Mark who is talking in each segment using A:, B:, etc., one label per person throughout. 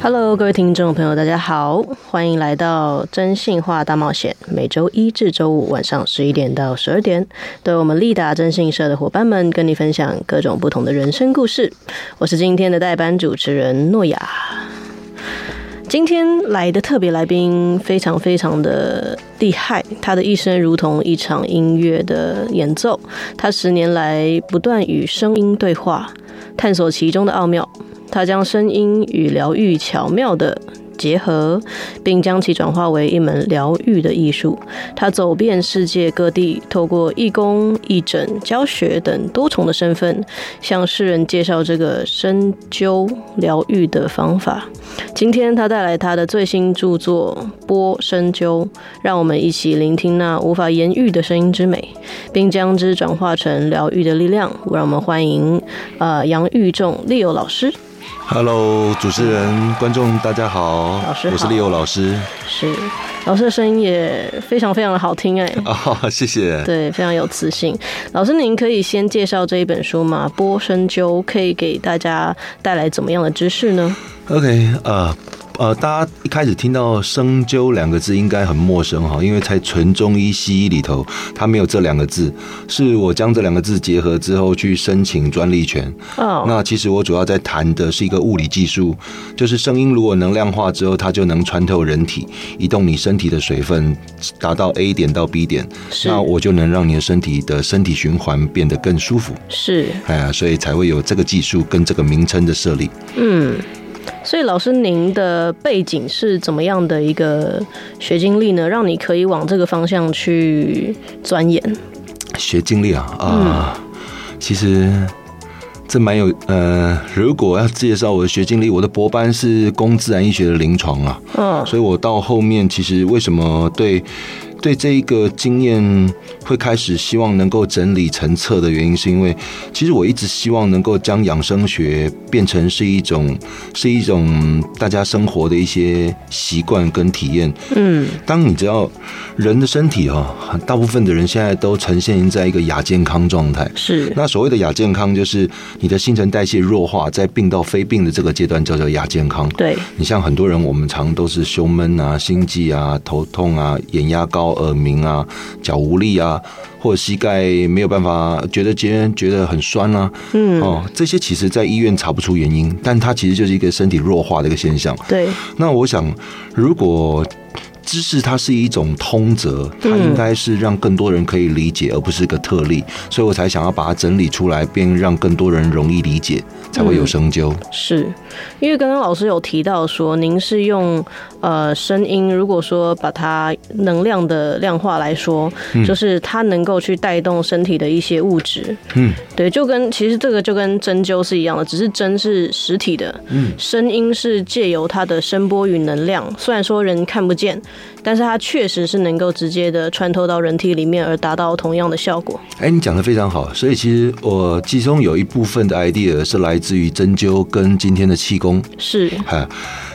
A: Hello，各位听众朋友，大家好，欢迎来到真性化大冒险。每周一至周五晚上十一点到十二点，都有我们立达征信社的伙伴们跟你分享各种不同的人生故事。我是今天的代班主持人诺亚。今天来的特别来宾非常非常的厉害，他的一生如同一场音乐的演奏，他十年来不断与声音对话，探索其中的奥妙。他将声音与疗愈巧妙的结合，并将其转化为一门疗愈的艺术。他走遍世界各地，透过义工、义诊、教学等多重的身份，向世人介绍这个深究疗愈的方法。今天他带来他的最新著作《波深究》，让我们一起聆听那无法言喻的声音之美，并将之转化成疗愈的力量。让我们欢迎呃杨玉仲利友老师。
B: Hello，主持人、观众大家好，
A: 老师好
B: 我是利友老师。
A: 是，老师的声音也非常非常的好听哎、
B: 啊、谢谢。
A: 对，非常有磁性。老师，您可以先介绍这一本书吗？《波深究》可以给大家带来怎么样的知识呢？
B: OK，呃呃，大家一开始听到“生灸”两个字应该很陌生哈，因为在纯中医、西医里头，它没有这两个字，是我将这两个字结合之后去申请专利权。
A: 哦，
B: 那其实我主要在谈的是一个物理技术，就是声音如果能量化之后，它就能穿透人体，移动你身体的水分，达到 A 点到 B 点，
A: 是
B: 那我就能让你的身体的身体循环变得更舒服。
A: 是，
B: 哎呀，所以才会有这个技术跟这个名称的设立。
A: 嗯。所以，老师，您的背景是怎么样的一个学经历呢？让你可以往这个方向去钻研？
B: 学经历啊啊、其实这蛮有呃，如果要介绍我的学经历，我的博班是工自然医学的临床啊，
A: 嗯，
B: 所以我到后面其实为什么对。对这一个经验会开始希望能够整理成册的原因，是因为其实我一直希望能够将养生学变成是一种是一种大家生活的一些习惯跟体验，
A: 嗯，
B: 当你只要人的身体哈、哦，大部分的人现在都呈现在一个亚健康状态。
A: 是，
B: 那所谓的亚健康，就是你的新陈代谢弱化，在病到非病的这个阶段叫做亚健康。
A: 对，
B: 你像很多人，我们常都是胸闷啊、心悸啊、头痛啊、眼压高、耳鸣啊、脚无力啊，或者膝盖没有办法，觉得觉得觉得很酸啊。
A: 嗯，
B: 哦，这些其实在医院查不出原因，但它其实就是一个身体弱化的一个现象。
A: 对，
B: 那我想，如果知识它是一种通则，它
A: 嗯
B: 应该是让更多人可以理解，而不是个特例，所以我才想要把它整理出来，并让更多人容易理解，才
A: 嗯
B: 会有深究。
A: 是因为刚刚老师有提到说，您是用呃声音，如果说把它能量的量化来说，就是它能够去带动身体的一些物质。
B: 嗯，
A: 对，就跟其实这个就跟针灸是一样的，只是针是实体的，嗯，声音是借由它的声波与能量，虽然说人看不见，但是它确实是能够直接的穿透到人体里面，而达到同样的效果。
B: 哎，你讲的非常好，所以其实我其中有一部分的 idea 是来自于针灸跟今天的气功。
A: 是，
B: 哎，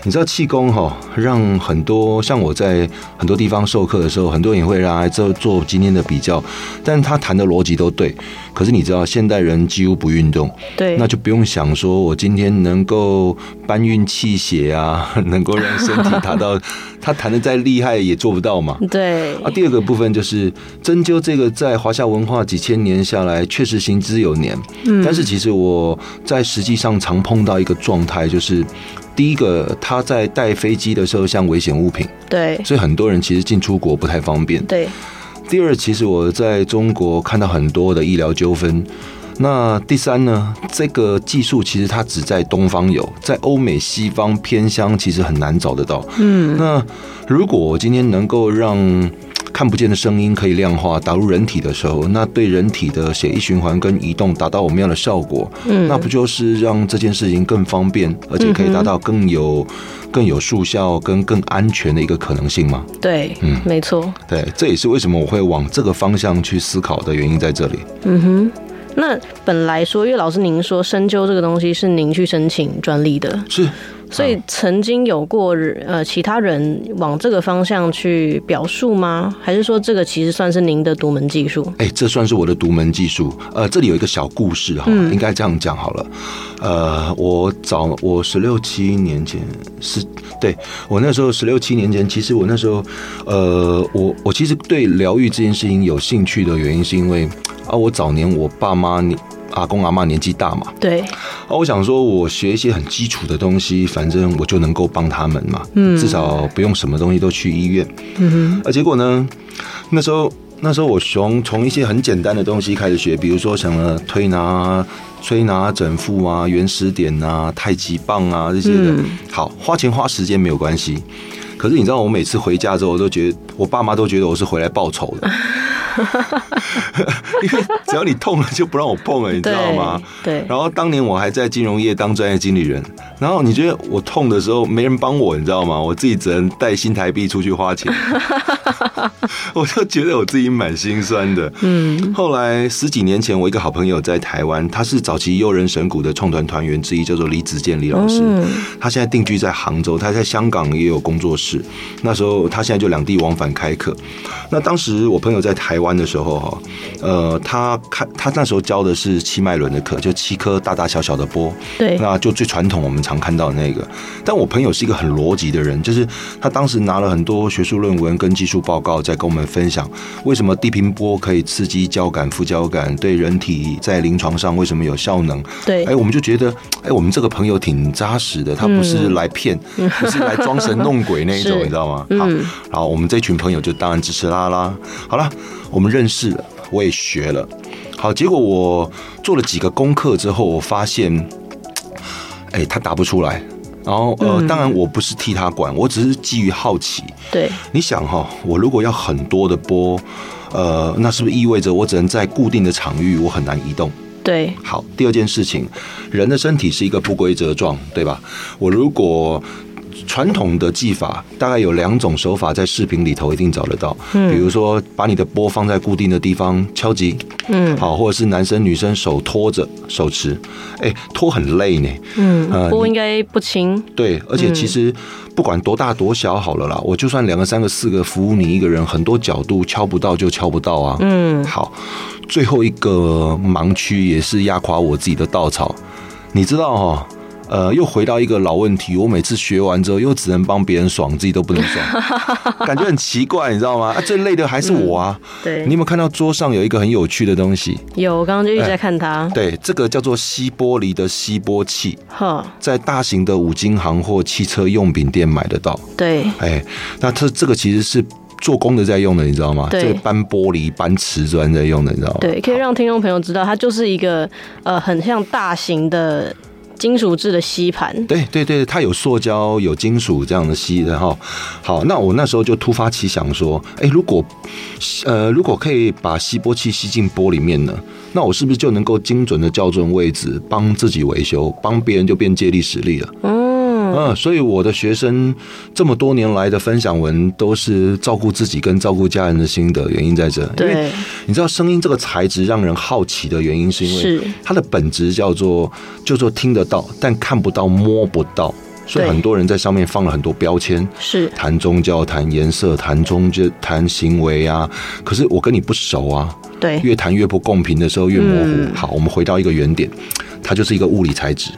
B: 你知道气功哈、让很多像我在很多地方授课的时候，很多人也会拿来做做今天的比较，但他谈的逻辑都对。可是你知道，现代人几乎不运动，
A: 对，
B: 那就不用想说我今天能够搬运气血啊， 能够让身体达到，他谈的再厉害也做不到嘛。
A: 对，
B: 啊，第二个部分就是针灸这个，在华夏文化几千年下来，确实行之有年。嗯，但是其实我在实际上常碰到一个状态，就是第一个，他在带飞机的时候像危险物品，
A: 对，
B: 所以很多人其实进出国不太方便。
A: 对，
B: 第二，其实我在中国看到很多的医疗纠纷。那第三呢？这个技术其实它只在东方有，在欧美西方偏乡其实很难找得到。
A: 嗯，
B: 那如果我今天能够让。看不见的声音可以量化，打入人体的时候，那对人体的血液循环跟移动达到我们要的效果，
A: 嗯，
B: 那不就是让这件事情更方便，而且可以达到更有、
A: 嗯
B: 更有速效跟更安全的一个可能性吗？
A: 对，
B: 嗯
A: 没错，
B: 对，这也是为什么我会往这个方向去思考的原因在这里。
A: 嗯哼。那本来说，因为老师您说深究这个东西是您去申请专利的，
B: 是，
A: 所以曾经有过呃其他人往这个方向去表述吗？还是说这个其实算是您的独门技术？
B: 哎，这算是我的独门技术。呃，这里有一个小故事哈，应该这样讲好了。呃，我早我十六七年前是，对我那时候十六七年前，其实我那时候，呃，我我其实对疗愈这件事情有兴趣的原因，是因为啊，我早年我爸妈年阿公阿妈年纪大嘛，
A: 对，
B: 啊，我想说，我学一些很基础的东西，反正我就能够帮他们嘛，
A: 嗯
B: 至少不用什么东西都去医院。
A: 嗯
B: 啊，结果呢，那时候那时候我从从一些很简单的东西开始学，比如说什么推拿、推拿整腹啊、原始点啊、太极棒啊这些的。
A: 嗯
B: 好，花钱花时间没有关系。可是你知道，我每次回家之后，我都觉得我爸妈都觉得我是回来报仇的， 因为只要你痛了就不让我碰了，你
A: 哼，
B: 知
A: 对
B: 道吗？？
A: 对，
B: 然后当年我还在金融业当专业经理人，然后你觉得我痛的时候没人帮我，你知道吗？我自己只能带新台币出去 花钱，我就觉得我自己蛮心酸的。
A: 嗯
B: 后来十几年前，我一个好朋友在台湾，他是早期悠人神谷的创团团员之一，叫做李子健李老师。
A: 嗯
B: 他现在定居在杭州，他在香港也有工作室。那时候他现在就两地往返开课。那当时我朋友在台湾的时候，哈，呃，他看他那时候教的是七脉轮的课，就七颗大大小小的波，
A: 对，
B: 那就最传统我们常看到的那个。但我朋友是一个很逻辑的人，就是他当时拿了很多学术论文跟技术报告，在跟我们分享为什么地平波可以刺激交感、副交感，对人体在临床上为什么有效能。
A: 对
B: 哎、，我们就觉得，哎、我们这个朋友挺扎实的，他不是来 骗，不是来装神弄鬼那一
A: 嗯
B: 种，
A: 是
B: 你知道吗？好，
A: 嗯
B: 然后我们这群朋友就当然支持他啦。好啦，我们认识了，我也学了。好，结果我做了几个功课之后，我发现，哎、他答不出来。然后呃，
A: 嗯
B: 当然我不是替他管，我只是基于好奇。
A: 对，
B: 你想哈、我如果要很多的波，呃，那是不是意味着我只能在固定的场域，我很难移动？
A: 对，
B: 好，第二件事情，人的身体是一个不规则状，对吧？我如果传统的技法大概有两种手法，在视频里头一定找得到。
A: 嗯
B: 比如说，把你的波放在固定的地方敲击，
A: 嗯
B: 好，或者是男生女生手拖着手持，哎、拖很累呢。
A: 嗯，
B: 呃
A: 波
B: 你
A: 应该不轻，
B: 对，而且其实不管多大多小好了啦，我就算两个、三个、四个服务你一个人，很多角度敲不到就敲不到啊。
A: 嗯，
B: 好，最后一个盲区也是压垮我自己的稻草，你知道哈、哦。呃，又回到一个老问题，我每次学完之后，又只能帮别人爽，自己都不能爽，感觉很奇怪，你知道吗？啊，最累的还是我啊！
A: 对
B: 你，有没有看到桌上有一个很有趣的东西？
A: 有，我刚刚就一直在看他，
B: 对，这个叫做吸玻璃的吸波器，
A: 哈，
B: 在大型的五金行或汽车用品店买得到。
A: 对，
B: 哎，那它这个其实是做工的在用的，你知道吗？
A: 对
B: 这个搬玻璃、搬瓷砖在用的，你知道吗？
A: 对，可以让听众朋友知道，它就是一个呃很像大型的金属制的吸盘，
B: 对对对，它有塑胶、有金属这样的吸的哈。好，那我那时候就突发奇想说，哎，如果呃如果可以把吸波器吸进波里面呢，那我是不是就能够精准的校准位置，帮自己维修，帮别人就变借力使力了？
A: 嗯，
B: 嗯，所以我的学生这么多年来的分享文都是照顾自己跟照顾家人的心得，原因在这。因为
A: 对，
B: 你知道声音这个材质让人好奇的原因，是因为
A: 是
B: 它的本质叫做叫做听得到，但看不到、摸不到，所以
A: 对
B: 很多人在上面放了很多标签。
A: 是，
B: 谈宗教、谈颜色、谈宗教、谈行为啊，可是我跟你不熟啊，
A: 对，
B: 越谈越不公平的时候越模糊。
A: 哎嗯
B: 好，我们回到一个原点，它就是一个物理材质，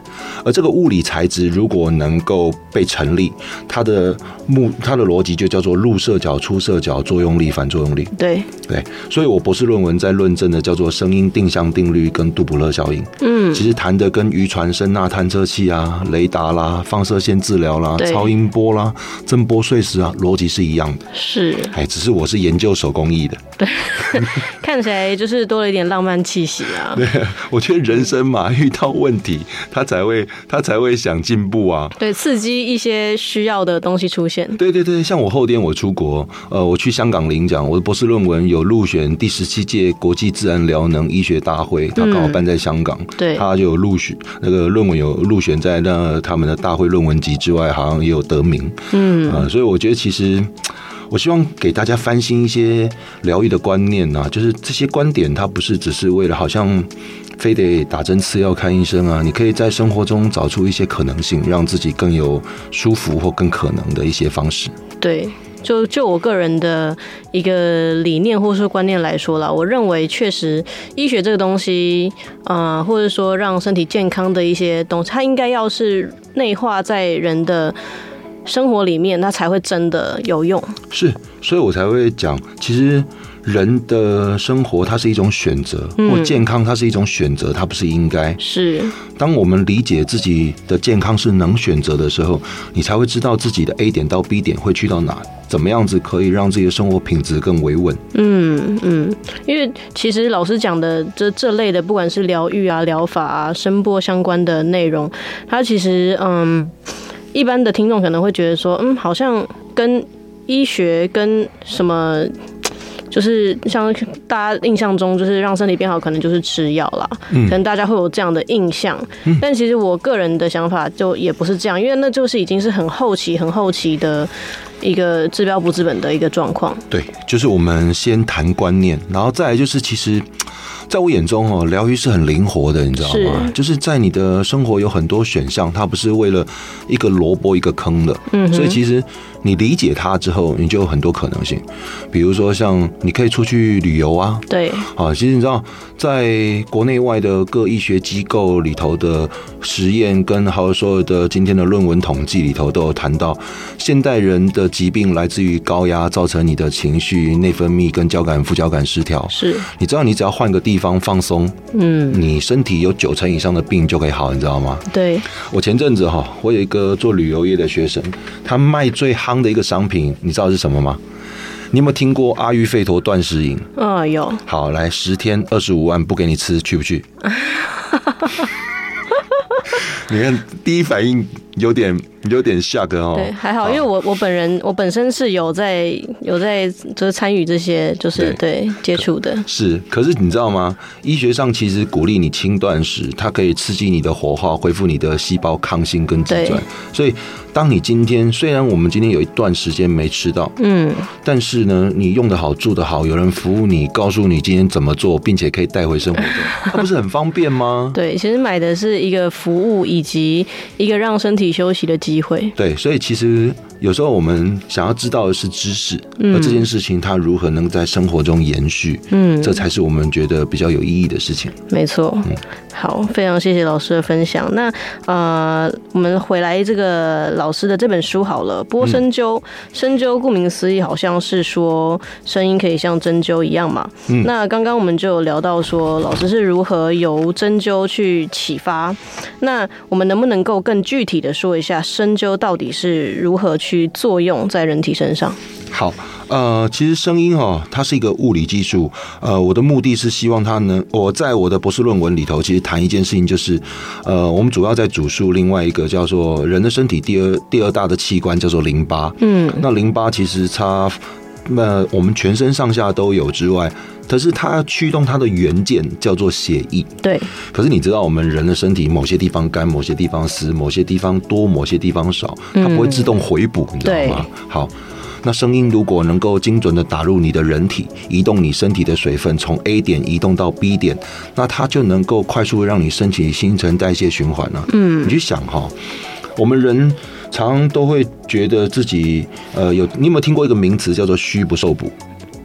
B: 而这个物理材质如果能够被成立，它的目它的逻辑就叫做入射角、出射角、作用力、反作用力。
A: 对，
B: 对，所以我博士论文在论证的叫做声音定向定律跟杜普勒效应。
A: 嗯，
B: 其实谈的跟渔船声呐、探测器啊、雷达啦、放射线治疗啦
A: 对、
B: 超音波啦、震波碎石啊，逻辑是一样的。
A: 是，
B: 哎，只是我是研究手工艺的。
A: 看起起来就是多了一点浪漫气息啊。
B: 对， 我觉得人生嘛，遇到问题，他才会他才会想进步啊。
A: 对，刺激一些需要的东西出现。
B: 对对对，像我后天我出国，呃，我去香港领奖，我的博士论文有入选第十七届国际自然疗能医学大会，它
A: 嗯
B: 刚好办在香港，
A: 对
B: 它就有入选那个论文有入选在那他们的大会论文集之外，好像也有得名，嗯、所以我觉得其实。我希望给大家翻新一些疗愈的观念呐、就是这些观点，它不是只是为了好像非得打针吃药看医生啊，你可以在生活中找出一些可能性，让自己更有舒服或更可能的一些方式。
A: 对，就就我个人的一个理念或是观念来说啦，我认为确实医学这个东西，呃，或者说让身体健康的一些东西，它应该要是内化在人的生活里面，它才会真的有用。
B: 是，所以我才会讲，其实人的生活它是一种选择，或健康它是一种选择，它不是应该。
A: 是，
B: 当我们理解自己的健康是能选择的时候，你才会知道自己的 A 点到 B 点会去到哪，怎么样子可以让自己的生活品质更维稳。
A: 嗯嗯，因为其实老师讲的这这类的，不管是疗愈啊、疗法啊、声波相关的内容，它其实嗯，一般的听众可能会觉得说，嗯，好像跟医学跟什么。就是像大家印象中，就是让身体变好，可能就是吃药啦。可能大家会有这样的印象，但其实我个人的想法就也不是这样，因为那就是已经是很后期、很后期的一个治标不治本的一个状况。
B: 对，就是我们先谈观念，然后再来就是，其实，在我眼中哦，疗愈是很灵活的，你知道吗？
A: 是
B: 就是在你的生活有很多选项，它不是为了一个萝卜一个坑的。嗯，所以其实你理解它之后，你就有很多可能性。比如说，像你可以出去旅游啊，
A: 对，
B: 啊，其实你知道，在国内外的各医学机构里头的实验，跟还有所有的今天的论文统计里头，都有谈到，现代人的疾病来自于高压，造成你的情绪、内分泌跟交感、副交感失调。
A: 是，
B: 你知道，你只要换个地方放松，
A: 嗯，
B: 你身体有九成以上的病就可以好，你知道吗？
A: 对，
B: 我前阵子哈，我有一个做旅游业的学生，他卖最夯的一个商品，你知道是什么吗？你有没有听过阿育吠陀断食饮？
A: 嗯，有，
B: 好，来十天二十五万不给你吃，去 不去？你看第一反应有点有点吓个哦。
A: 对，还好，因为我我本人我本身是有在有在就是参与这些就是对接触的，
B: 是，可是你知道吗？医学上其实鼓励你轻断食，它可以刺激你的活化，恢复你的细胞抗性跟机转
A: 对。
B: 所以，当你今天虽然我们今天有一段时间没吃到，
A: 嗯，
B: 但是呢，你用得好，住得好，有人服务你，告诉你今天怎么做，并且可以带回生活中，那不是很方便吗？
A: 对，其实买的是一个服务以及一个让身体休息的机会，
B: 对，所以其实有时候我们想要知道的是知识，而这件事情它如何能在生活中延续，
A: 嗯，
B: 这才是我们觉得比较有意义的事情。
A: 没错，好，非常谢谢老师的分享。那呃，我们回来这个老师的这本书好了，《波深灸》深灸顾名思义，好像是说声音可以像针灸一样嘛。那刚刚我们就有聊到说，老师是如何由针灸去启发。那我们能不能够更具体的说一下，深灸到底是如何去作用在人体身上？
B: 好，呃，其实声音哦，它是一个物理技术。呃，我的目的是希望它能，我在我的博士论文里头，其实谈一件事情，就是，呃，我们主要在主述另外一个叫做人的身体第二第二大的器官叫做淋巴。
A: 嗯，
B: 那淋巴其实它，那我们全身上下都有之外，可是它驱动它的元件叫做血液。
A: 对，
B: 可是你知道，我们人的身体某些地方干，某些地方湿，某些地方多，某些地方少，它不会自动回补，你知道吗？好。那声音如果能够精准的打入你的人体，移动你身体的水分，从 A 点移动到 B 点，那它就能够快速让你身体新陈代谢循环了、嗯，你去想哈、我们人常常都会觉得自己呃有，你有没有听过一个名词叫做虚不受补？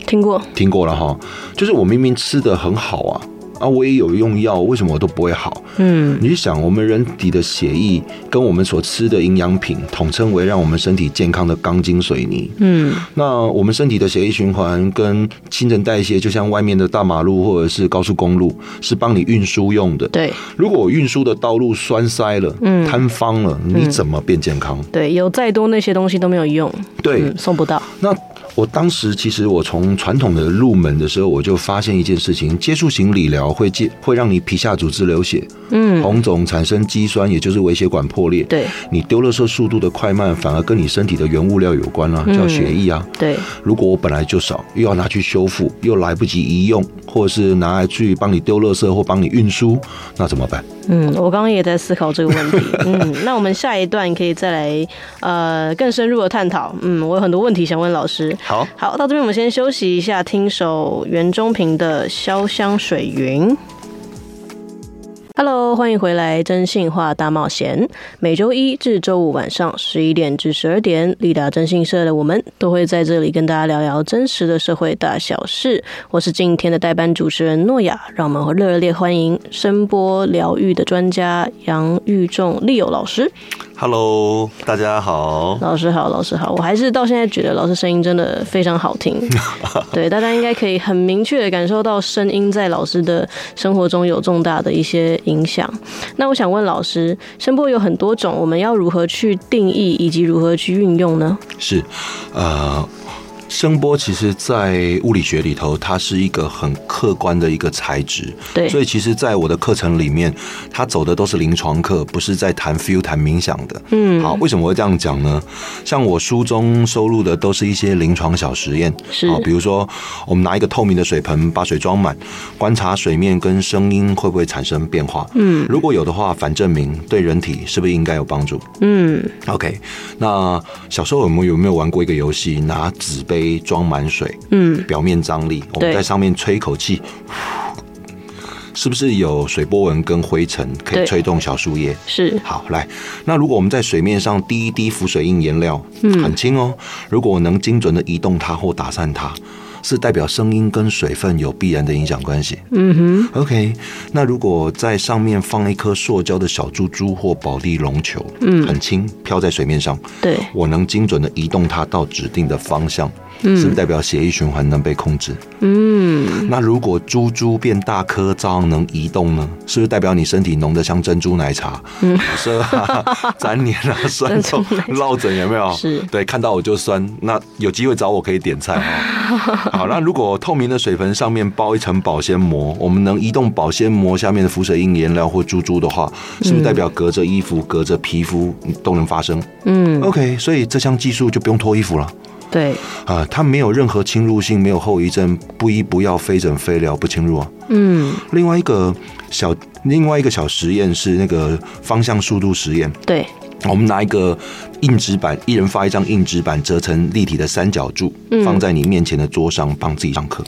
A: 听过，
B: 听过了哈，就是我明明吃的很好啊，啊，我也有用药，为什么我都不会好？
A: 嗯，
B: 你去想，我们人体的血液跟我们所吃的营养品，统称为让我们身体健康的钢筋水泥。
A: 嗯，
B: 那我们身体的血液循环跟新陈代谢，就像外面的大马路或者是高速公路，是帮你运输用的。
A: 对。嗯
B: 如果我运输的道路栓塞了、摊方了，你怎么变健康？
A: 对，有再多那些东西都没有用，
B: 对，
A: 嗯，送不到。
B: 那我当时其实我从传统的入门的时候，我就发现一件事情：接触型理疗会介会让你皮下组织流血，
A: 嗯，
B: 红肿产生肌酸，也就是微血管破裂。
A: 对
B: 你丢垃圾速度的快慢，反而跟你身体的原物料有关啦、
A: 嗯
B: 叫血液啊。
A: 对，
B: 如果我本来就少，又要拿去修复，又来不及医用，或者是拿来去帮你丢垃圾或帮你运输，那怎么办？
A: 嗯，我刚刚也在思考这个问题。嗯，那我们下一段可以再来呃更深入的探讨。嗯，我有很多问题想问老师。
B: 好，
A: 好，到这边我们先休息一下，听首袁中平的《潇湘水云》。Hello，欢迎回来《真性化大冒险》。每周一至周五晚上十一点至十二点，立达真信社的我们都会在这里跟大家聊聊真实的社会大小事。我是今天的代班主持人诺亚，让我们热烈欢迎声波疗愈的专家杨玉仲利友老师。
C: Hello，大家好。
A: 老师好，老师好，我还是到现在觉得老师声音真的非常好 听。对，大家应该可以很明确的感受到声音在老师的生活中有重大的一些影响。那我想问老师，声波有很多种，我们要如何去定义以及如何去运用呢？
B: 是，呃，声波其实在物理学里头，它是一个很客观的一个材质。
A: 对，
B: 所以其实，在我的课程里面，他走的都是临床课，不是在谈 feel 谈冥想的。
A: 嗯，
B: 好，为什么会这样讲呢？像我书中收录的都是一些临床小实验，
A: 是
B: 好，比如说我们拿一个透明的水盆，把水装满，观察水面跟声音会不会产生变化。
A: 嗯
B: 如果有的话，反证明对人体是不是应该有帮助
A: 嗯，
B: ？OK，那小时候我们有没有玩过一个游戏，拿纸杯装满水，
A: 嗯，
B: 表面张力，我
A: 对
B: 们在上面吹一口气，是不是有水波纹跟灰尘可
A: 对
B: 以吹动小树叶？
A: 是，
B: 好，来，那如果我们在水面上滴一滴浮水印颜料，
A: 嗯
B: 很轻哦。如果我能精准的移动它或打散它，是代表声音跟水分有必然的影响关系。
A: 嗯
B: OK，那如果在上面放一颗塑胶的小珠珠或保利龙球，
A: 嗯
B: 很轻，飘在水面上，
A: 哼，对，
B: 我能精准的移动它到指定的方向，是不是代表血液循环能被控制？
A: 嗯，
B: 那如果珠珠变大颗，照样能移动呢？是不是代表你身体浓得像珍珠奶茶？嗯， 是啊，粘黏啊，酸痛
A: 珍珠奶茶、
B: 落枕有没 有？
A: 是
B: 对，看到我就酸。那有机会找我可以点菜 哦。好，那如果透明的水盆上面包一层保鲜膜，我们能移动保鲜膜下面的浮水印颜料或珠珠的话，是不是代表隔着衣服、隔着皮肤都能发生、
A: 嗯，
B: o k 所以这项技术就不用脱衣服了。
A: 对，
B: 啊，它没有任何侵入性，没有后遗症，不医不药，非诊非疗，不侵入啊。
A: 嗯，
B: 另外一个小另外一个小实验是那个方向速度实验，
A: 对，
B: 我们拿一个硬纸板，一人发一张硬纸板，折成立体的三角柱
A: 嗯，
B: 放在你面前的桌上，帮自己上课。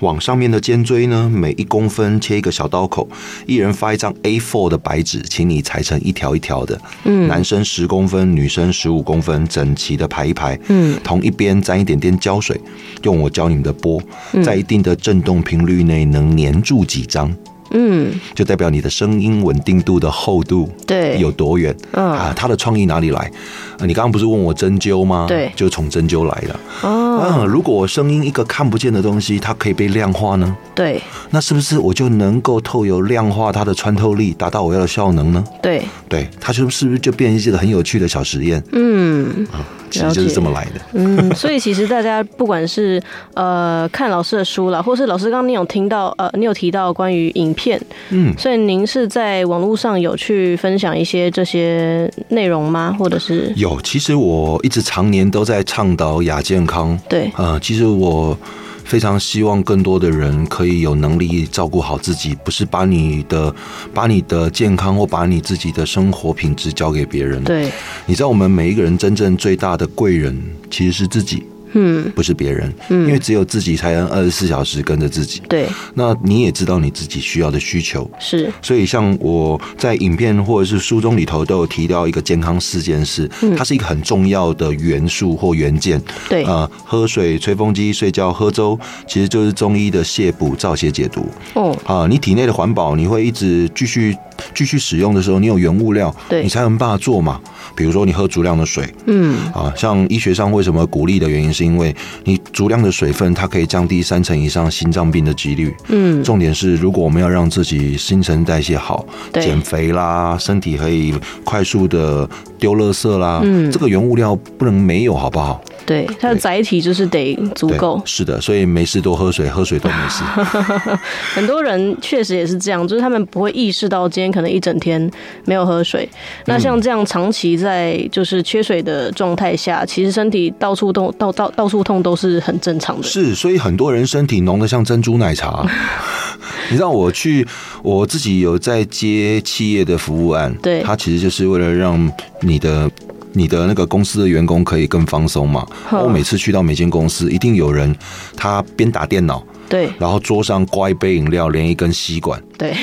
B: 往上面的尖锥呢，每一公分切一个小刀口，一人发一张 A4 的白纸，请你裁成一条一条的，
A: 嗯
B: 男生十公分，女生十五公分，整齐的排一排，
A: 嗯，
B: 同一边沾一点点胶水，用我教你们的波，在一定的振动频率内能粘住几张，
A: 嗯，
B: 就代表你的声音稳定度的厚度
A: 对，
B: 有，多远？
A: 嗯
B: 啊，他的创意哪里来？啊你刚刚不是问我针灸吗？
A: 对
B: 就是从针灸来的。
A: 哦，
B: 啊，如果声音一个看不见的东西，它可以被量化呢？
A: 对，
B: 那是不是我就能够透由量化它的穿透力，达到我要的效能呢？
A: 对，
B: 对，它就是不是就变成一个很有趣的小实验？
A: 嗯。
B: 其实就是这么来的。
A: 嗯，所以其实大家不管是呃看老师的书啦，或是老师刚刚你有听到呃，你有提到关于影片，
B: 嗯，
A: 所以您是在网络上有去分享一些这些内容吗？或者是
B: 有，其实我一直常年都在倡导亚健康。
A: 对，
B: 呃，其实我非常希望更多的人可以有能力照顾好自己，不是把你的把你的健康或把你自己的生活品质交给别人。，
A: 对，
B: 你知道我们每一个人真正最大的贵人其实是自己，
A: 嗯，
B: 不是别人，
A: 嗯
B: 因为只有自己才能二十四小时跟着自己。
A: 对，
B: 那你也知道你自己需要的需求，
A: 是，
B: 所以，像我在影片或者是书中里头都有提到一个健康四件事，
A: 嗯
B: 它是一个很重要的元素或元件。
A: 对，
B: 呃，喝水、吹风机、睡觉、喝粥，其实就是中医的泻补、造血、解毒。
A: 哦，
B: 啊、你体内的环保，你会一直继续继续使用的时候，你有原物料，
A: 对
B: 你才有办法做嘛。比如说，你喝足量的水
A: 嗯，
B: 啊、像医学上为什么鼓励的原因，是因为你足量的水分，它可以降低三成以上心脏病的几率。
A: 嗯，
B: 重点是，如果我们要让自己新陈代谢好，
A: 对
B: 减肥啦，身体可以快速的丢垃圾啦，
A: 嗯
B: 这个原物料不能没有，好不好？
A: 对，它的载体就是得足
B: 对
A: 够，。
B: 是的，所以没事多喝水，喝水都没 事。
A: 很多人确实也是这样，就是他们不会意识到今天可能一整天没有喝水。那像这样长期在就是缺水的状态下，其实身体到处痛、到到到处痛都是很正常的。
B: 是，所以很多人身体浓的像珍珠奶茶。 你知道我去，我自己有在接企业的服务案，
A: 对
B: 它其实就是为了让你的。你的那个公司的员工可以更放松嘛？
A: 哼
B: 我每次去到每间公司，一定有人他边打电脑，
A: 对
B: 然后桌上挂一杯饮料，连一根吸管。
A: 对，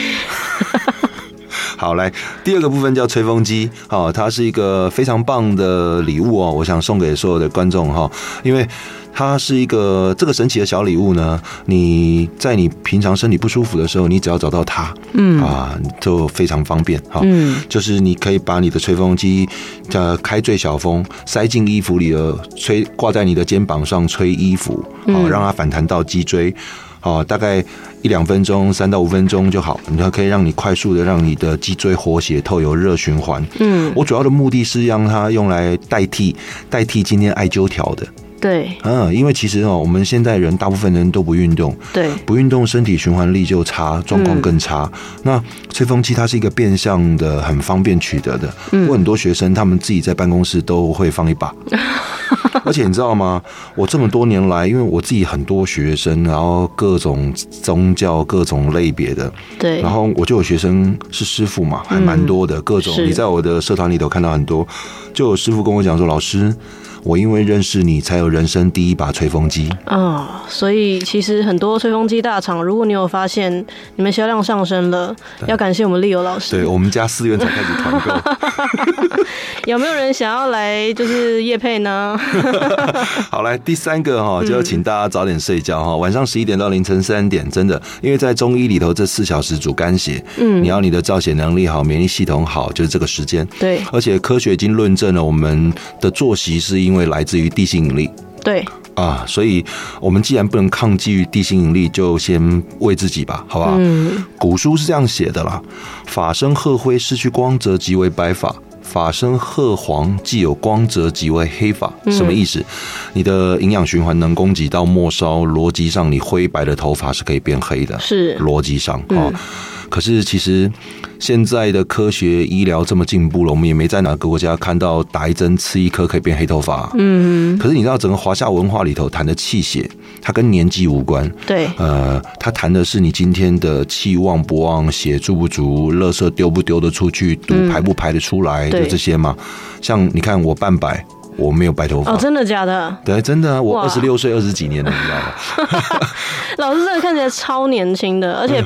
B: 好，来第二个部分叫吹风机，好、它是一个非常棒的礼物哦，我想送给所有的观众哈、因为它是一个这个神奇的小礼物呢，你在你平常身体不舒服的时候，你只要找到它，嗯啊，就非常方便哈。
A: 嗯，
B: 就是你可以把你的吹风机，呃，开最小风，塞进衣服里的吹，挂在你的肩膀上吹衣服，哦，让它反弹到脊椎，哦，大概一两分钟，三到五分钟就好，你它可以让你快速的让你的脊椎活血透油热循环。
A: 嗯，
B: 我主要的目的是让它用来代替代替今天艾灸条的，
A: 对
B: 嗯，因为其实哦，我们现代人大部分人都不运动，
A: 对
B: 不运动，身体循环力就差，状况更差。那吹风机它是一个变相的，很方便取得的。我很多学生他们自己在办公室都会放一把。而且你知道吗？我这么多年来，因为我自己很多学生，然后各种宗教、各种类别的，
A: 对
B: 然，后我就有学生是师傅嘛，还蛮多的，各种
A: 是
B: 你在我的社团里头看到很多，就有师傅跟我讲说，老师，我因为认识你，才有人生第一把吹风机。
A: 啊、所以其实很多吹风机大厂，如果你有发现你们销量上升了，要感谢我们丽友老
B: 对
A: 师。
B: 我们家四月才开始团购。
A: 有没有人想要来就是叶配呢？
B: 好，来第三个哈，就要请大家早点睡觉哈，晚上十一点到凌晨三点，真的，因为在中医里头，这四小时主肝血，嗯，你要你的造血能力好，免疫系统好，就是这个时间。
A: 对
B: 而且科学已经论证了，我们的作息是因为来自于地心引力
A: 对，
B: 啊，所以我们既然不能抗拒于地心引力，就先为自己吧，好吧？
A: 嗯，
B: 古书是这样写的啦：法生褐灰，失去光泽即为白发；法生褐黄，既有光泽即为黑发。什么意思？你的营养循环能供给到末梢，逻辑上你灰白的头发是可以变黑的。
A: 是
B: 逻辑上哦。可是其实现在的科学医疗这么进步了，我们也没在哪个国家看到打一针吃一颗可以变黑头发。嗯，可是你知道整个华夏文化里头谈的气血，它跟年纪无关。
A: 对，
B: 呃，他谈的是你今天的气旺不旺、血足不足、垃圾丢不丢得出去、毒排不排得出来，
A: 对
B: 就这些嘛。像你看我半白，我没有白头发。
A: 哦，真的假的？
B: 对，真的啊，我
A: 哇
B: 二十六岁二十几年了，你知 道吗？
A: 老师真的看起来超年轻的，而且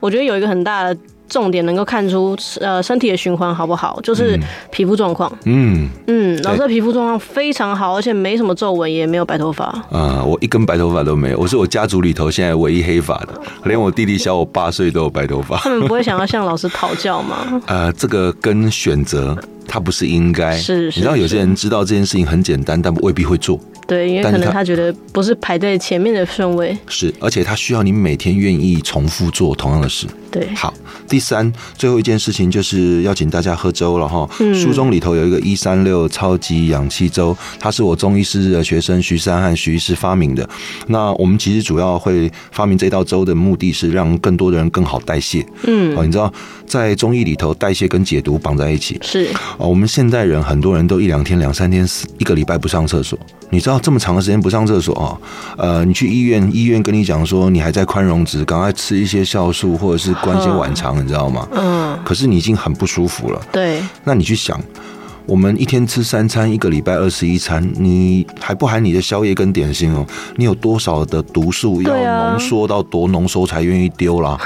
A: 我觉得有一个很大的重点能够看出，呃，身体的循环好不好，就是皮肤状况。
B: 嗯，
A: 嗯，老师的皮肤状况非常好，而且没什么皱纹，也没有白头发。
B: 啊、我一根白头发都没有，我是我家族里头现在唯一黑发的，连我弟弟小我八岁都有白头发。
A: 他们不会想要向老师讨教吗？
B: 呃，这个跟选择，它不是应该。
A: 是是
B: 你知道有些人知道这件事情很简单，但未必会做。
A: 对，因为
B: 但
A: 可
B: 是
A: 能
B: 他
A: 他觉得不是排在前面的顺位。
B: 是，而且它需要你每天愿意重复做同样的事。
A: 对，
B: 好，第三，最后一件事情就是要请大家喝粥了哈。书中里头有一个一三六超级氧气粥，它是我中医师的学生徐三和徐医师发明的。那我们其实主要会发明这道粥的目的是让更多的人更好代谢。
A: 嗯，
B: 哦，你知道在中医里头，代谢跟解毒绑在一起。
A: 是
B: 哦，我们现代人很多人都一两天、两三天、四一个礼拜不上厕所。你知道这么长的时间不上厕所啊、呃，你去医院，医院跟你讲说你还在宽容值，赶快吃一些酵素或者是灌一些晚肠，你知道吗？
A: 嗯，
B: 可是你已经很不舒服了。
A: 对，
B: 那你去想，我们一天吃三餐，一个礼拜二十一餐，你还不含你的宵夜跟点心哦，你有多少的毒素要
A: 对啊
B: 浓缩到多浓缩才愿意丢啦？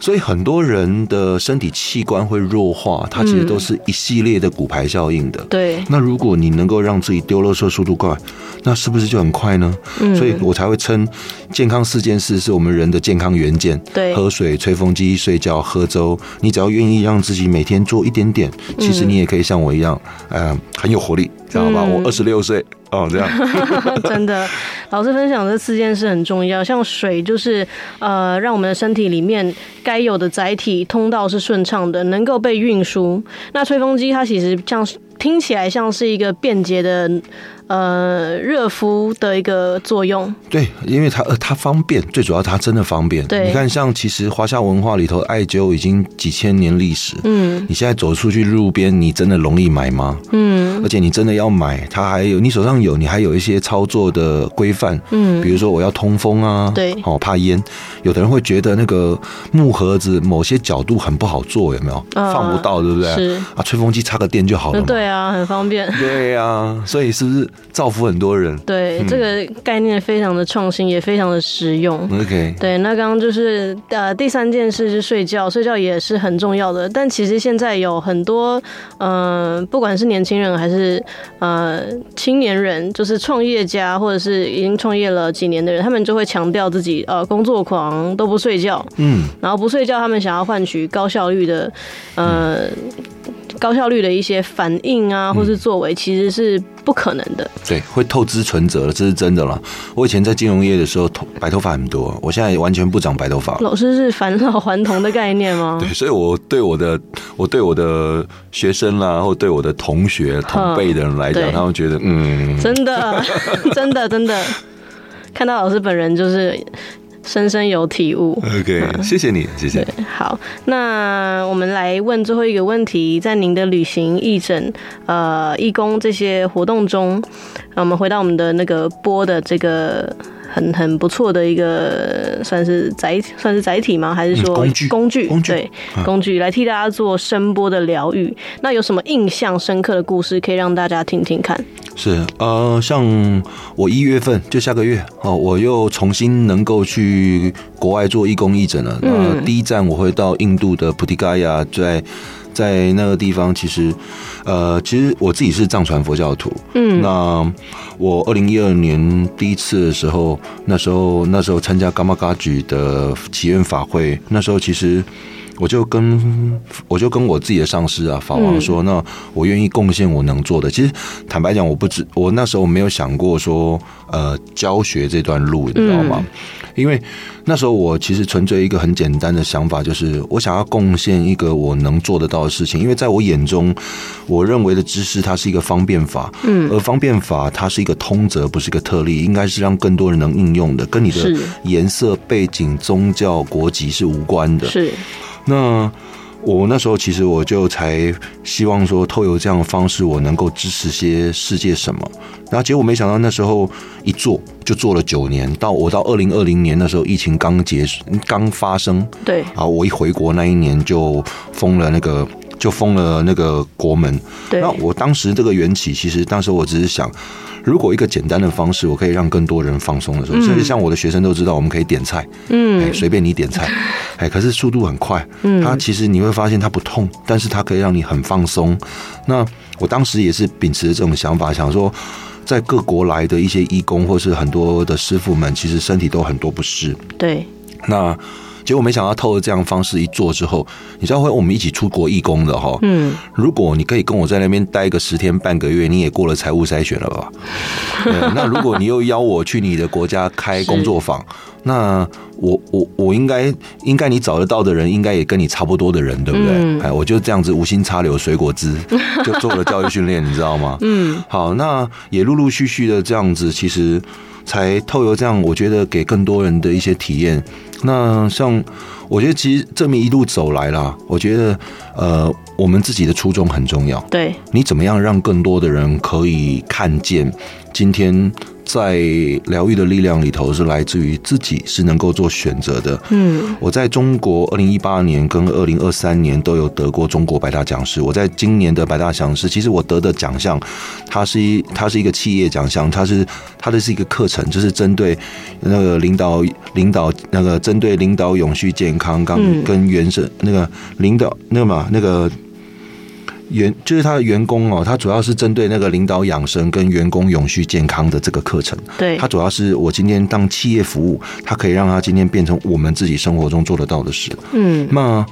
B: 所以很多人的身体器官会弱化，它其实都是一系列的骨牌效应的。
A: 对，
B: 那如果你能够让自己丢垃圾速度快，那是不是就很快呢？
A: 嗯
B: 所以我才会称健康四件事是我们人的健康元件。
A: 对
B: 喝水、吹风机、睡觉、喝粥，你只要愿意让自己每天做一点点，其实你也可以像我呃一样，嗯、很有活力，知道吧？
A: 嗯
B: 我二十六岁哦，这样
A: 真的，老师分享这四件事很重要，像水就是呃，让我们的身体里面该有的载体通道是顺畅的，能够被运输。那吹风机它其实像是听起来像是一个便捷的呃热敷的一个作用，
B: 对，因为它呃它方便，最主要它真的方便。
A: 对
B: 你看像其实华夏文化里头艾灸已经几千年历史，
A: 嗯
B: 你现在走出去路边，你真的容易买吗？
A: 嗯
B: 而且你真的要买，它还有你手上有，你还有一些操作的规范，比
A: 嗯，
B: 如说我要通风啊，
A: 对
B: 哦怕烟。有的人会觉得那个木盒子某些角度很不好做，有没有？
A: 啊
B: 放不到，对不对？
A: 是，
B: 啊，吹风机插个电就好了
A: 嗯
B: 嘛。
A: 对啊，很方便。
B: 对呀、所以是不是造福很多人
A: 对，这个概念非常的创新，也非常的实用。
B: ？OK，
A: 对，那刚刚就是呃，第三件事是睡觉，睡觉也是很重要的。但其实现在有很多，嗯、不管是年轻人还是呃青年人，就是创业家或者是已经创业了几年的人，他们就会强调自己呃工作狂都不睡觉，
B: 嗯，
A: 然后不睡觉，他们想要换取高效率的，呃，高效率的一些反应啊，或是作为，其实是不可能的。
B: 对，会透支存折了，这是真的啦。我以前在金融业的时候，头白头发很多，我现在完全不长白头发。
A: 老师是返老还童的概念吗？
B: 对，所以我对我的我对我的学生啦，或对我的同学同辈的人来讲
A: 对，
B: 他们觉得嗯，
A: 真 的，真的，真的，看到老师本人就是深深有体悟。
B: 嗯
C: OK，谢谢你，谢谢。
A: 好，那我们来问最后一个问题，在您的旅行、义诊、呃、义工这些活动中，呃我们回到我们的那个播的这个很很不错的一个算是载算是载体吗？还是说
B: 嗯工具
A: 工具
B: 工具嗯
A: 对、工具来替大家做声波的疗愈？那有什么印象深刻的故事可以让大家听听看？
B: 是呃，像我一月份就下个月哦，我又重新能够去国外做义工义诊了。那、
A: 嗯
B: 第一站我会到印度的普提盖亚，在在那个地方，其实呃，其实我自己是藏传佛教徒。
A: 嗯
B: 那我二零一二年第一次的时候，那时候那时候参加伽玛嘎举的祈愿法会，那时候其实我就跟我就跟我自己的上司啊法王说，那我愿意贡献我能做的。其实坦白讲，我不知我那时候没有想过说呃教学这段路，你知道吗？因为那时候我其实纯粹一个很简单的想法，就是我想要贡献一个我能做得到的事情。因为在我眼中，我认为的知识它是一个方便法，
A: 嗯，
B: 而方便法它是一个通则，不是一个特例，应该是让更多人能应用的，跟你的
A: 是
B: 颜色、背景、宗教、国籍是无关的。
A: 是，
B: 那我那时候其实我就才希望说，透过这样的方式，我能够支持些世界什么。然后结果没想到那时候一做就做了九年，到我到二零二零年那时候疫情刚结束刚发生，
A: 对，
B: 啊，我一回国那一年就封了那个就封了那个国门。
A: 对
B: 那，我当时这个缘起，其实当时我只是想，如果一个简单的方式，我可以让更多人放松的时候，甚至像我的学生都知道，我们可以点菜，哎，
A: 嗯，
B: 随便你点 菜，哎，可是速度很快，它其实你会发现它不痛，但是它可以让你很放松。那我当时也是秉持着这种想法，想说。在各国来的一些义工或是很多的师傅们，其实身体都很多不适。
A: 对，
B: 那结果没想到透过这样的方式一做之后，你知道会我们一起出国义工的哈，
A: 嗯，
B: 如果你可以跟我在那边待个十天半个月，你也过了财务筛选了吧？ 对那如果你又邀我去你的国家开工作坊，那我我我应该应该你找得到的人，应该也跟你差不多的人，对不对？
A: 嗯
B: 哎，我就这样子无心插柳水 果汁，就做了教育训练，你知道吗？
A: 嗯，
B: 好，那也陆陆续续的这样子，其实才透由这样，我觉得给更多人的一些体验。那像我觉得，其实这么一路走来啦，我觉得呃，我们自己的初衷很重要。
A: 对，
B: 你怎么样让更多的人可以看见，今天在疗愈的力量里头是来自于自己是能够做选择的。
A: 嗯，
B: 我在中国二零一八年跟二零二三年都有得过中国百大讲师。我在今年的百大讲师，其实我得的奖项，它是一它是一个企业奖项，它是它的是一个课程，就是针对那个领导领导那个针对领导永续健康
A: 嗯
B: 跟跟原生那个领导那个嘛那个员就是他的员工哦，他主要是针对那个领导养生跟员工永续健康的这个课程。
A: 对
B: 它，主要是我今天当企业服务，它可以让它今天变成我们自己生活中做得到的事。
A: 嗯，
B: 那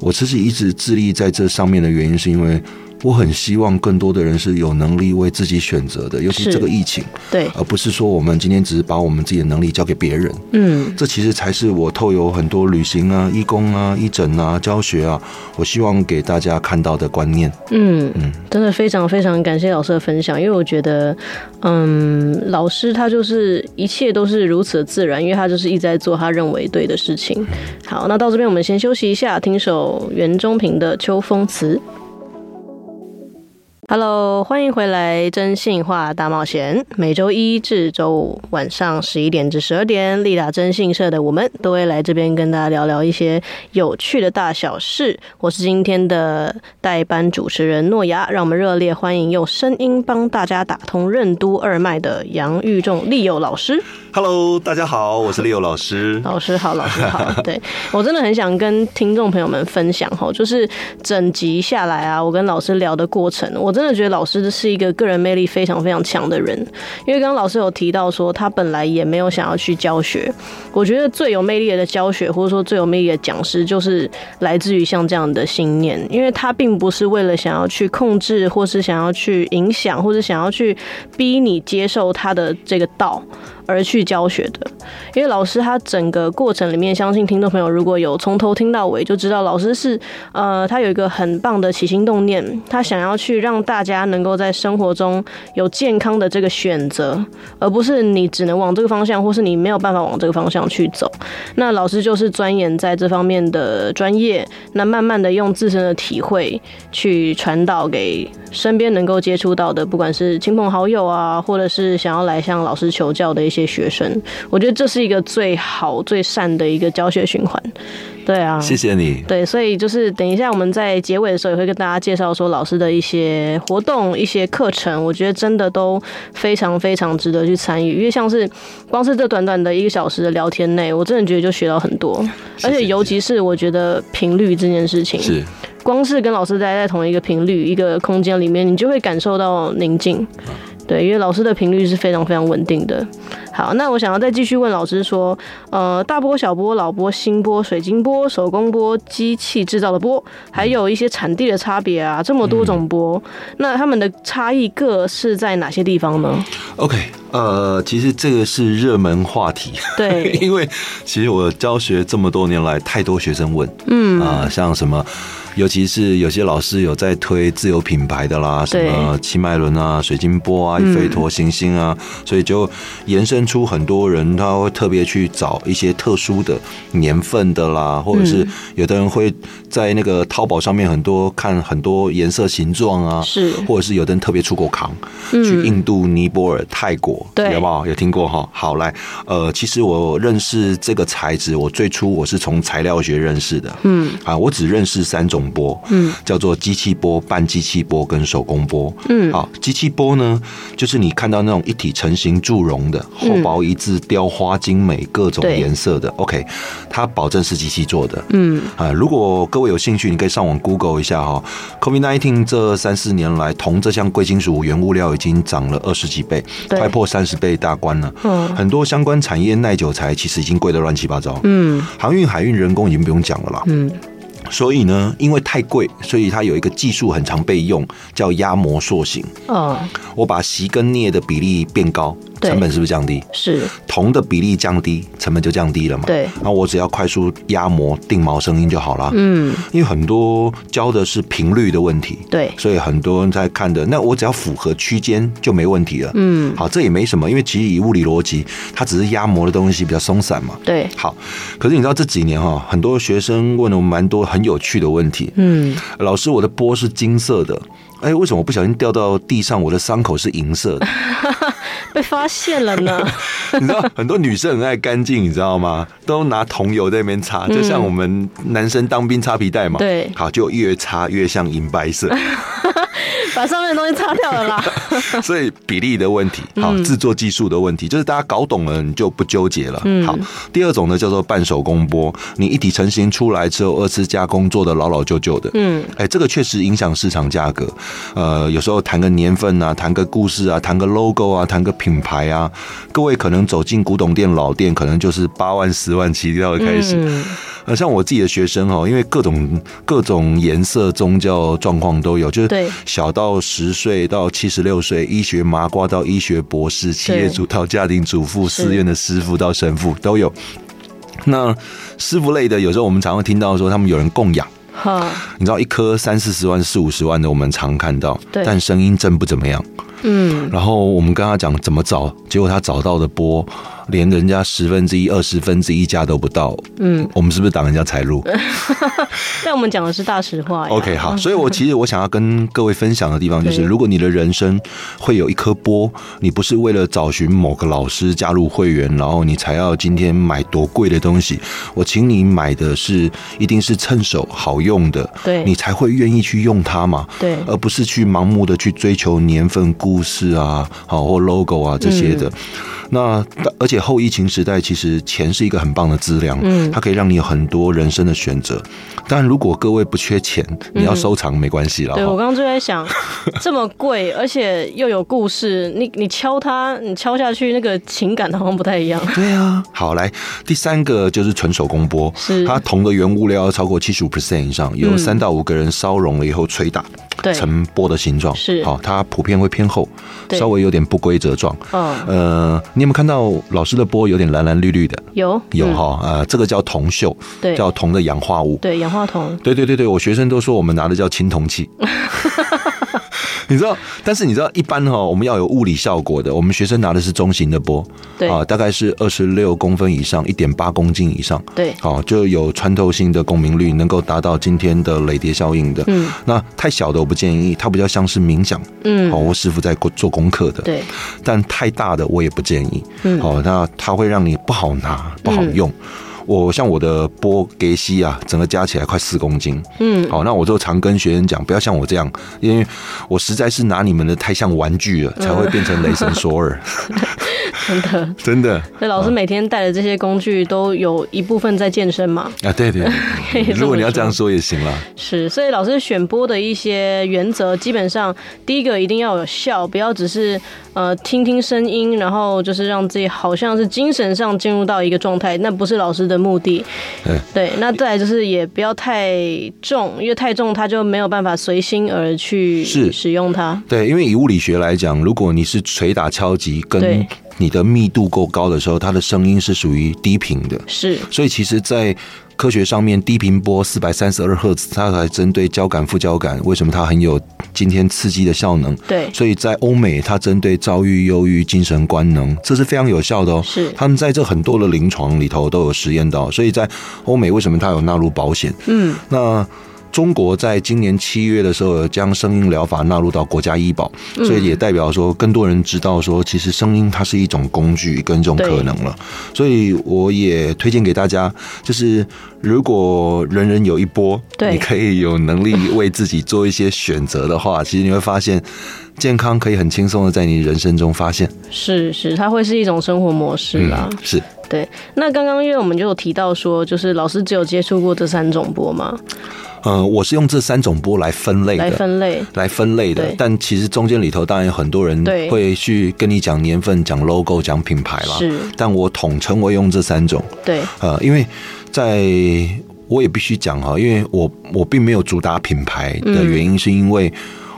B: 我其实一直致力在这上面的原因，是因为
D: 我很希望更多的人是有能力为自己选择的，尤其
A: 是
D: 这个疫情，
A: 对，
D: 而不是说我们今天只是把我们自己的能力交给别人。
A: 嗯，
D: 这其实才是我透有很多旅行啊、义工啊、义诊啊、教学啊，我希望给大家看到的观念。
A: 嗯，真的非常非常感谢老师的分享，因为我觉得，嗯，老师他就是一切都是如此的自然，因为他就是一直在做他认为对的事情。好，那到这边我们先休息一下，听首袁中平的《秋风词》。Hello，欢迎回来《真性化大冒险》，每周一至周五晚上十一点至十二点，立达真信社的我们都会来这边跟大家聊聊一些有趣的大小事。我是今天的代班主持人诺亚，让我们热烈欢迎用声音帮大家打通任督二脉的杨玉仲利友老师。
B: Hello，大家好，我是 Leo 老师。
A: 老师好，老师好， 对我真的很想跟听众朋友们分享哈，就是整集下来啊，我跟老师聊的过程，我真的觉得老师是一个个人魅力非常非常强的人，因为刚刚老师有提到说他本来也没有想要去教学，我觉得最有魅力的教学或者说最有魅力的讲师，就是来自于像这样的信念，因为他并不是为了想要去控制，或是想要去影响，或是想要去逼你接受他的这个道。而去教学的，因为老师他整个过程里面，相信听众朋友如果有从头听到尾，就知道老师是呃，他有一个很棒的起心动念，他想要去让大家能够在生活中有健康的这个选择，而不是你只能往这个方向，或是你没有办法往这个方向去走。那老师就是钻研在这方面的专业，那慢慢的用自身的体会去传导给身边能够接触到的，不管是亲朋好友啊，或者是想要来向老师求教的一些学生，我觉得这是一个最好最善的一个教学循环。对啊，
B: 谢谢你。
A: 对，所以就是等一下我们在结尾的时候也会跟大家介绍说老师的一些活动、一些课程，我觉得真的都非常非常值得去参与，因为像是光是这短短的一个小时的聊天内，我真的觉得就学到很多，而且尤其是我觉得频率这件事情，
B: 是
A: 光是跟老师待在同一个频率、一个空间里面，你就会感受到宁静。对，因为老师的频率是非常非常稳定的。好，那我想要再继续问老师说，呃，大波、小波、老波、新波、水晶波、手工波、机器制造的波，还有一些产地的差别啊，这么多种波，那它们的差异各是在哪些地方呢？
B: OK，呃，其实这个是热门话题，
A: 对，
B: 因为其实我教学这么多年来，太多学生问，
A: 嗯，
B: 啊、像什么，尤其是有些老师有在推自有品牌的啦，什
A: 对嗯
B: 么七脉轮啊、水晶波啊、一飞陀行星啊，所以就延伸出很多人他会特别去找一些特殊的年份的啦，或者
A: 嗯
B: 是有的人会在那个淘宝上面很多看很多颜色形状啊，
A: 是
B: 或者是有的人特别出国扛，
A: 嗯
B: 去印度、尼泊尔、泰国，
A: 对
B: 有不好？有听过哈？好，来，呃，其实我认识这个材质，我最初我是从材料学认识的，
A: 嗯，
B: 啊，我只认识三种波，
A: 嗯，
B: 叫做机器波、半机器波跟手工波，
A: 嗯
B: 好，机器波呢，就是你看到那种一体成型铸容的，厚薄一致、雕花精美、各种
A: 嗯对
B: 颜色的，OK，它保证是机器做的，
A: 嗯，
B: 啊，如果各位有兴趣，你可以上网 Google 一下哈、COVID nineteen 这三四年来，铜这项贵金属原物料已经涨了二十几倍，
A: 对
B: 快破三十倍大关了。
A: 嗯
B: 很多相关产业耐久材其实已经贵得乱七八糟。
A: 嗯
B: 航运、海运、人工已经不用讲了啦。
A: 嗯，
B: 所以呢，因为太贵，所以它有一个技术很常被用，叫压模塑形。
A: 哦，
B: 我把锡跟镍的比例变高，
A: 对
B: 成本是不是降低？
A: 是，
B: 铜的比例降低，成本就降低了嘛。
A: 对，
B: 那我只要快速压模定毛声音就好啦。
A: 嗯，
B: 因为很多教的是频率的问题，
A: 对，
B: 所以很多人在看的，那我只要符合区间就没问题了。
A: 嗯，
B: 好，这也没什么，因为其实以物理逻辑，它只是压模的东西比较松散嘛。
A: 对，
B: 好，可是你知道这几年哈，很多学生问了我们蛮多很有趣的问题。
A: 嗯，
B: 老师，我的波是金色的，哎，为什么我不小心掉到地上，我的伤口是银色的？
A: 被发现了 呢，
B: 你知道很多女生很爱干净，你知道吗？都拿桐油在那边擦，就像我们男生当兵擦皮带嘛。
A: 对
B: 好，就越擦越像银白色，
A: 把上面的东西擦掉了啦。
B: 所以比例的问题，好，制作技术的问题，就是大家搞懂了，你就不纠结了。好，第二种呢叫做半手工波，你一体成型出来之后，二次加工做的老老旧旧的。
A: 嗯，
B: 哎，这个确实影响市场价格。呃，有时候谈个年份啊，谈个故事啊，谈个 logo 啊，谈个品牌啊，各位可能走进古董店、老店，可能就是八万、十万起跳的开始。
A: 嗯
B: 呃，像我自己的学生哦哈，因为各种各种颜色、宗教状况都有，就
A: 对
B: 是小到十岁到七十六岁，医学麻瓜到医学博士，企业主到家庭主妇，
A: 是
B: 寺院的师傅到神父都有。那师傅类的，有时候我们常会听到说，他们有人供养，
A: 哈，
B: 你知道一颗三四十万、四五十万的，我们常看到，
A: 对
B: 但声音真不怎么样。
A: 嗯，
B: 然后我们跟他讲怎么找，结果他找到的波连人家十分之一、二十分之一家都不到。
A: 嗯，
B: 我们是不是挡人家财路
A: 但我们讲的是大实话呀。
B: ？OK，好。所以我其实我想要跟各位分享的地方就是，
A: 啊嗯对
B: 如果你的人生会有一颗波，你不是为了找寻某个老师加入会员，然后你才要今天买多贵的东西，我请你买的是一定是趁手好用的，
A: 对
B: 你才会愿意去用它嘛。
A: 对，
B: 而不是去盲目的去追求年份、故事啊，好或 logo 啊这些
A: 嗯
B: 的。那而且后疫情时代，其实钱是一个很棒的资粮，
A: 嗯
B: 它可以让你有很多人生的选择。但如果各位不缺钱，你要收藏没关系
A: 嗯
B: 了。
A: 对我
B: 哈
A: 刚刚就在想，这么 贵，而且又有故事，你你敲它，你敲下去，那个情感好像不太一样。
B: 对啊，好来，第三个就是纯手工剥，
A: 是
B: 它铜的原物料要超过七十五 percent 以上，由
A: 嗯
B: 三到五个人烧融了以后捶打，
A: 对，
B: 成波的形状。
A: 是
B: 好，它普遍会偏厚，
A: 对
B: 稍微有点不规则状。
A: 嗯，
B: 呃，你有没有看到老师的波有点蓝蓝绿绿的？
A: 有
B: 有
A: 嗯
B: 哈、呃，这个叫铜锈，
A: 对
B: 叫铜的氧化物。
A: 对，氧化铜，
B: 对对对对，我学生都说我们拿的叫青铜 器。你知道，但是你知道，一般哈、我们要有物理效果的，我们学生拿的是中型的波，
A: 对
B: 啊，大概是二十六公分以上，一点八公斤以上，
A: 对，
B: 哦，就有穿透性的共鸣率，能够达到今天的雷蝶效应的。
A: 嗯
B: 那太小的我不建议，它比较像是冥想，哦，
A: 嗯，
B: 我师傅在做功课的。
A: 对，
B: 但太大的我也不建议。
A: 嗯
B: 哦，那它会让你不好拿，不好用。我像我的波给西啊，整个加起来快四公斤。哦
A: 嗯，
B: 好、那我就常跟学生讲，不要像我这样，因为我实在是拿你们的太像玩具了，才会变成雷神索尔。
A: 嗯 真的。
B: 真的
A: 所以老师每天带的这些工具都有一部分在健身嘛，
B: 啊，对对
A: 可以这
B: 对，
A: 么
B: 如果你要
A: 说
B: 这样说也行啦。
A: 是，所以老师选播的一些原则，基本上第一个一定要有效，不要只是呃听听声音，然后就是让自己好像是精神上进入到一个状态，那不是老师的目的。
B: 对
A: 对，那再来就是也不要太重，因为太重它就没有办法随心而去
B: 是
A: 使用它。
B: 对，因为以物理学来讲，如果你是捶打敲击跟
A: 对
B: 你的密度够高的时候，它的声音是属于低频的。
A: 是，
B: 所以其实，在科学上面，低频波四百三十二赫兹，它还针对交感、副交感，为什么它很有今天刺激的效能？
A: 对，
B: 所以在欧美，它针对躁郁、忧郁、精神官能，这是非常有效的哦。
A: 是
B: 他们在这很多的临床里头都有实验到，所以在欧美为什么它有纳入保险？
A: 嗯，
B: 那中国在今年七月的时候，有将声音疗法纳入到国家医保，
A: 嗯
B: 所以也代表说更多人知道说，其实声音它是一种工具跟一种可能了。所以我也推荐给大家，就是如果人人有一波，
A: 对
B: 你可以有能力为自己做一些选择的话，其实你会发现。健康可以很轻松的在你人生中发现，嗯
A: 是是，它会是一种生活模式啦。
B: 是
A: 对，那刚刚因为我们就有提到说，就是老师只有接触过这三种波嘛，
B: 呃，我是用这三种波来分类的，
A: 来分类。
B: 来分类的
A: 对，
B: 但其实中间里头当然有很多人
A: 对
B: 会去跟你讲年份、讲 logo、讲品牌啦。
A: 是，
B: 但我统称为用这三种，
A: 对，
B: 呃，因为在我也必须讲哈，因为我我并没有主打品牌的原因，是因为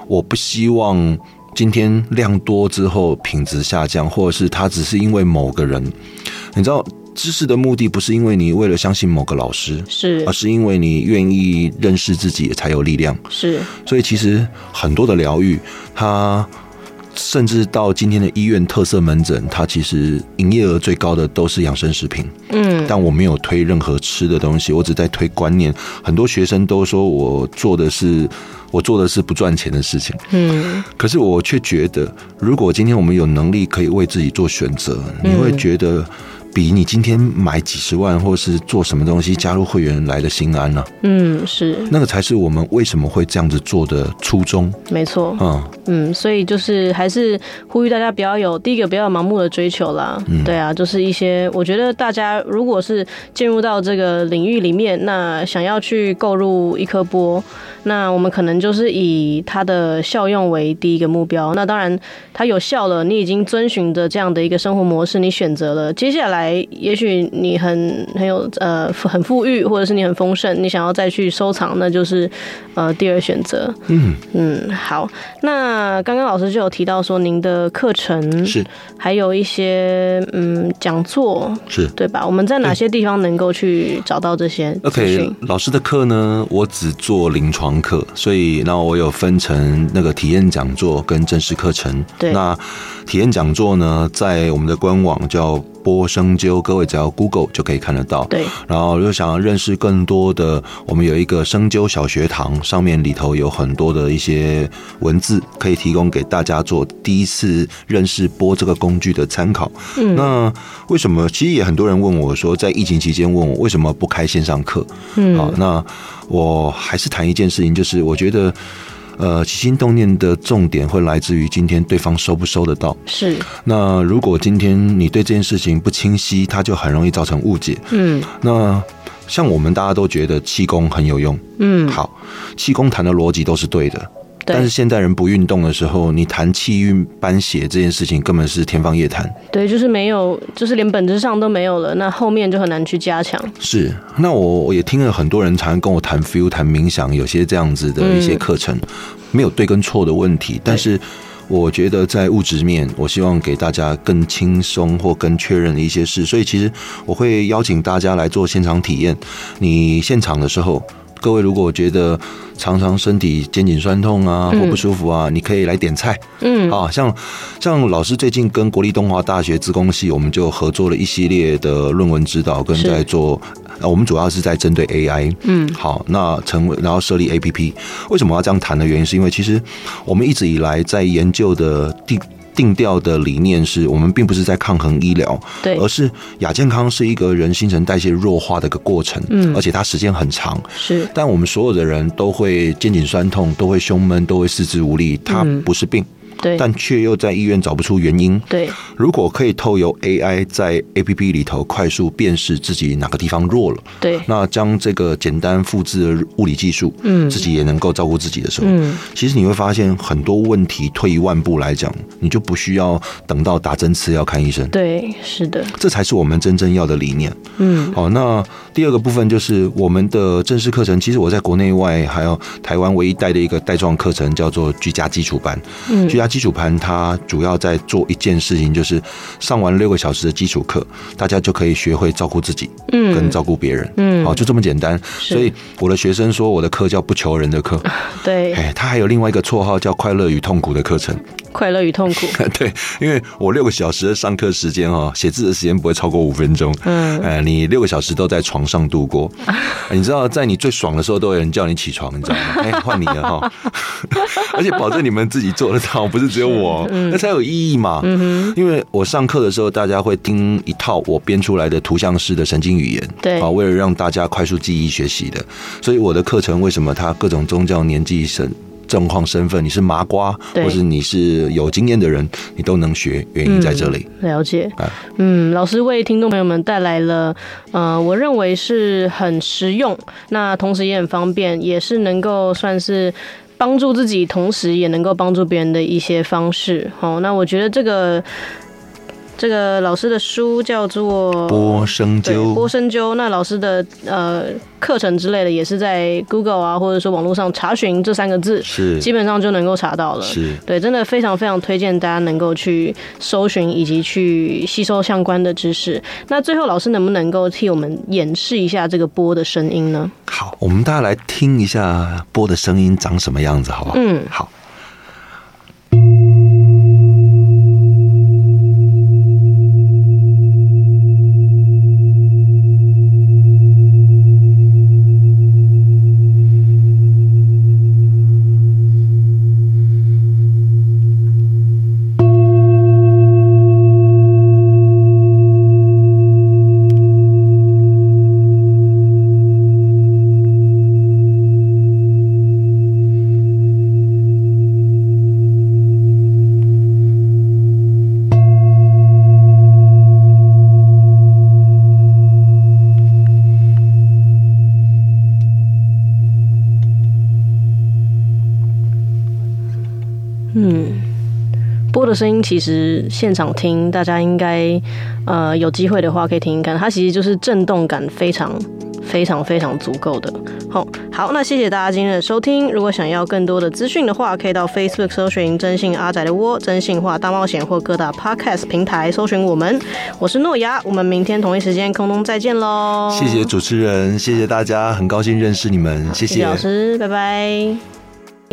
B: 我不希望今天量多之后品质下降，或者是它只是因为某个人，你知道。知识的目的不是因为你为了相信某个老师，
A: 是
B: 而是因为你愿意认识自己才有力量。
A: 是，
B: 所以其实很多的疗愈，它甚至到今天的医院特色门诊，它其实营业额最高的都是养生食品。
A: 嗯，
B: 但我没有推任何吃的东西，我只在推观念。很多学生都说我做的是我做的是不赚钱的事情，
A: 嗯，
B: 可是我却觉得，如果今天我们有能力可以为自己做选择，你会觉得。比你今天买几十万，或是做什么东西加入会员来的心安呢、啊
A: 嗯，是，
B: 那个才是我们为什么会这样子做的初衷。
A: 没错，
B: 嗯，
A: 嗯，所以就是还是呼吁大家不要有第一个不要盲目的追求啦，对啊，就是一些我觉得大家如果是进入到这个领域里面，那想要去购入一颗波，那我们可能就是以它的效用为第一个目标。那当然，它有效了，你已经遵循着这样的一个生活模式，你选择了，接下来来，也许你很很有呃很富裕，或者是你很丰盛，你想要再去收藏，那就是呃第二选择。
E: 嗯
A: 嗯，好。那刚刚老师就有提到说，您的课程
B: 是
A: 还有一些嗯讲座，
B: 是
A: 对吧？我们在哪些地方能够去找到这些资
B: OK，
A: 讯？
B: 老师的课呢，我只做临床课，所以那我有分成那个体验讲座跟正式课程。
A: 对
B: 那体验讲座呢，在我们的官网叫波生灸，各位只要 Google 就可以看得到。
A: 对，
B: 然后如果想要认识更多的，我们有一个生灸小学堂，上面里头有很多的一些文字，可以提供给大家做第一次认识波这个工具的参考。
A: 嗯
B: 那为什么？其实也很多人问我说，在疫情期间问我为什么不开线上课？
A: 嗯，
B: 好，那我还是谈一件事情，就是我觉得。呃，起心动念的重点会来自于今天对方收不收得到。
A: 是，
B: 那如果今天你对这件事情不清晰，它就很容易造成误解。
A: 嗯
B: 那像我们大家都觉得气功很有用，
A: 嗯，
B: 好，气功谈的逻辑都是对的。但
A: 对
B: 是现代人不运动的时候，你谈气运搬血这件事情根本是天方夜谭。
A: 对，就是没有，就是连本质上都没有了，那后面就很难去加强。
B: 是，那我我也听了很多人常常跟我谈 feel 谈冥想，有些这样子的一些
A: 嗯
B: 课程，没有对跟错的问题，但是。我觉得在物质面，我希望给大家更轻松或更确认的一些事，所以其实我会邀请大家来做现场体验。你现场的时候，各位如果觉得常常身体肩颈酸痛啊或不舒服啊，你可以来点菜，
A: 嗯，
B: 啊，像像老师最近跟国立东华大学资工系，我们就合作了一系列的论文指导，跟
A: 是
B: 在做。呃，我们主要是在针对 AI，嗯，好，那成为然后设立 APP，为什么要这样谈的原因，是因为其实我们一直以来在研究的定定调的理念是，我们并不是在抗衡医疗，
A: 对
B: 而，是亚健康是一个人新陈代谢弱化的一个过程，
A: 嗯
B: 而且它时间很长，
A: 是，
B: 但我们所有的人都会肩颈酸痛，都会胸闷，都会四肢无力，它
A: 嗯
B: 不是病，
A: 对，
B: 但却又在医院找不出原因。
A: 对，
B: 如果可以透由 AI 在 APP 里头快速辨识自己哪个地方弱了，
A: 对，
B: 那将这个简单复制的物理技术，
A: 嗯
B: 自己也能够照顾自己的时候，
A: 嗯，
B: 其实你会发现很多问题退一万步来讲，你就不需要等到打针吃药看医生，
A: 对，是的，
B: 这才是我们真正要的理念。
A: 嗯，
B: 好，那第二个部分就是我们的正式课程，其实我在国内外还有台湾唯一带的一个带状课程叫做居家基础班。
A: 嗯
B: 居家基础班它主要在做一件事情，就是上完六个小时的基础课，大家就可以学会照顾自己
A: 嗯，
B: 跟照顾别人。
A: 嗯，
B: 好，就这么简单。所以我的学生说我的课叫不求人 的课，
A: 对，
B: 哎，他还有另外一个绰号叫快乐与痛苦的课程。
A: 快乐与痛 苦，
B: 对，因为我六个小时的上课时间哦，写字的时间不会超过五分钟。
A: 嗯
B: 哎，你六个小时都在床上度过，哎你知道，在你最爽的时候，都有人叫你起床，你知道吗？哎，换你了哈， 而且保证你们自己做得到，不是只有我，那才有意义嘛。因为我上课的时候，大家会听一套我编出来的图像式的神经语言，
A: 对
B: 啊，为了让大家快速记忆学习的，所以我的课程为什么它各种宗教、年纪、神。状况、身份，你是麻瓜，
A: 对
B: 或是你是有经验的人，你都能学，原因在这里。
A: 了解
B: 哎。
A: 嗯，老师为听众朋友们带来了，呃，我认为是很实用，那同时也很方便，也是能够算是。帮助自己，同时也能够帮助别人的一些方式。好，那我觉得这个这个老师的书叫做
B: 波生
A: 嗯对，波
B: 灸，
A: 深究那老师的呃课程之类的，也是在 Google 啊，或者说网络上查询这三个字，
B: 是
A: 基本上就能够查到了。
B: 是
A: 对，真的非常非常推荐大家能够去搜寻以及去吸收相关的知识。那最后，老师能不能够替我们演示一下这个波的声音呢？
B: 好，我们大家来听一下波的声音长什么样子，好不好？
A: 嗯
B: 好。
A: 播的声音其实现场听，大家应该呃有机会的话可以听听看，它其实就是震动感非常。非常非常足够的。好、好，那谢谢大家今天的收听。如果想要更多的资讯的话，可以到 Facebook 搜寻“真性阿宅的窝”、“真性话大冒险”或各大 Podcast 平台搜寻我们。我是诺亚，我们明天同一时间空中再见喽！
C: 谢谢主持人，谢谢大家，很高兴认识你们，谢
A: 谢谢老师，拜拜。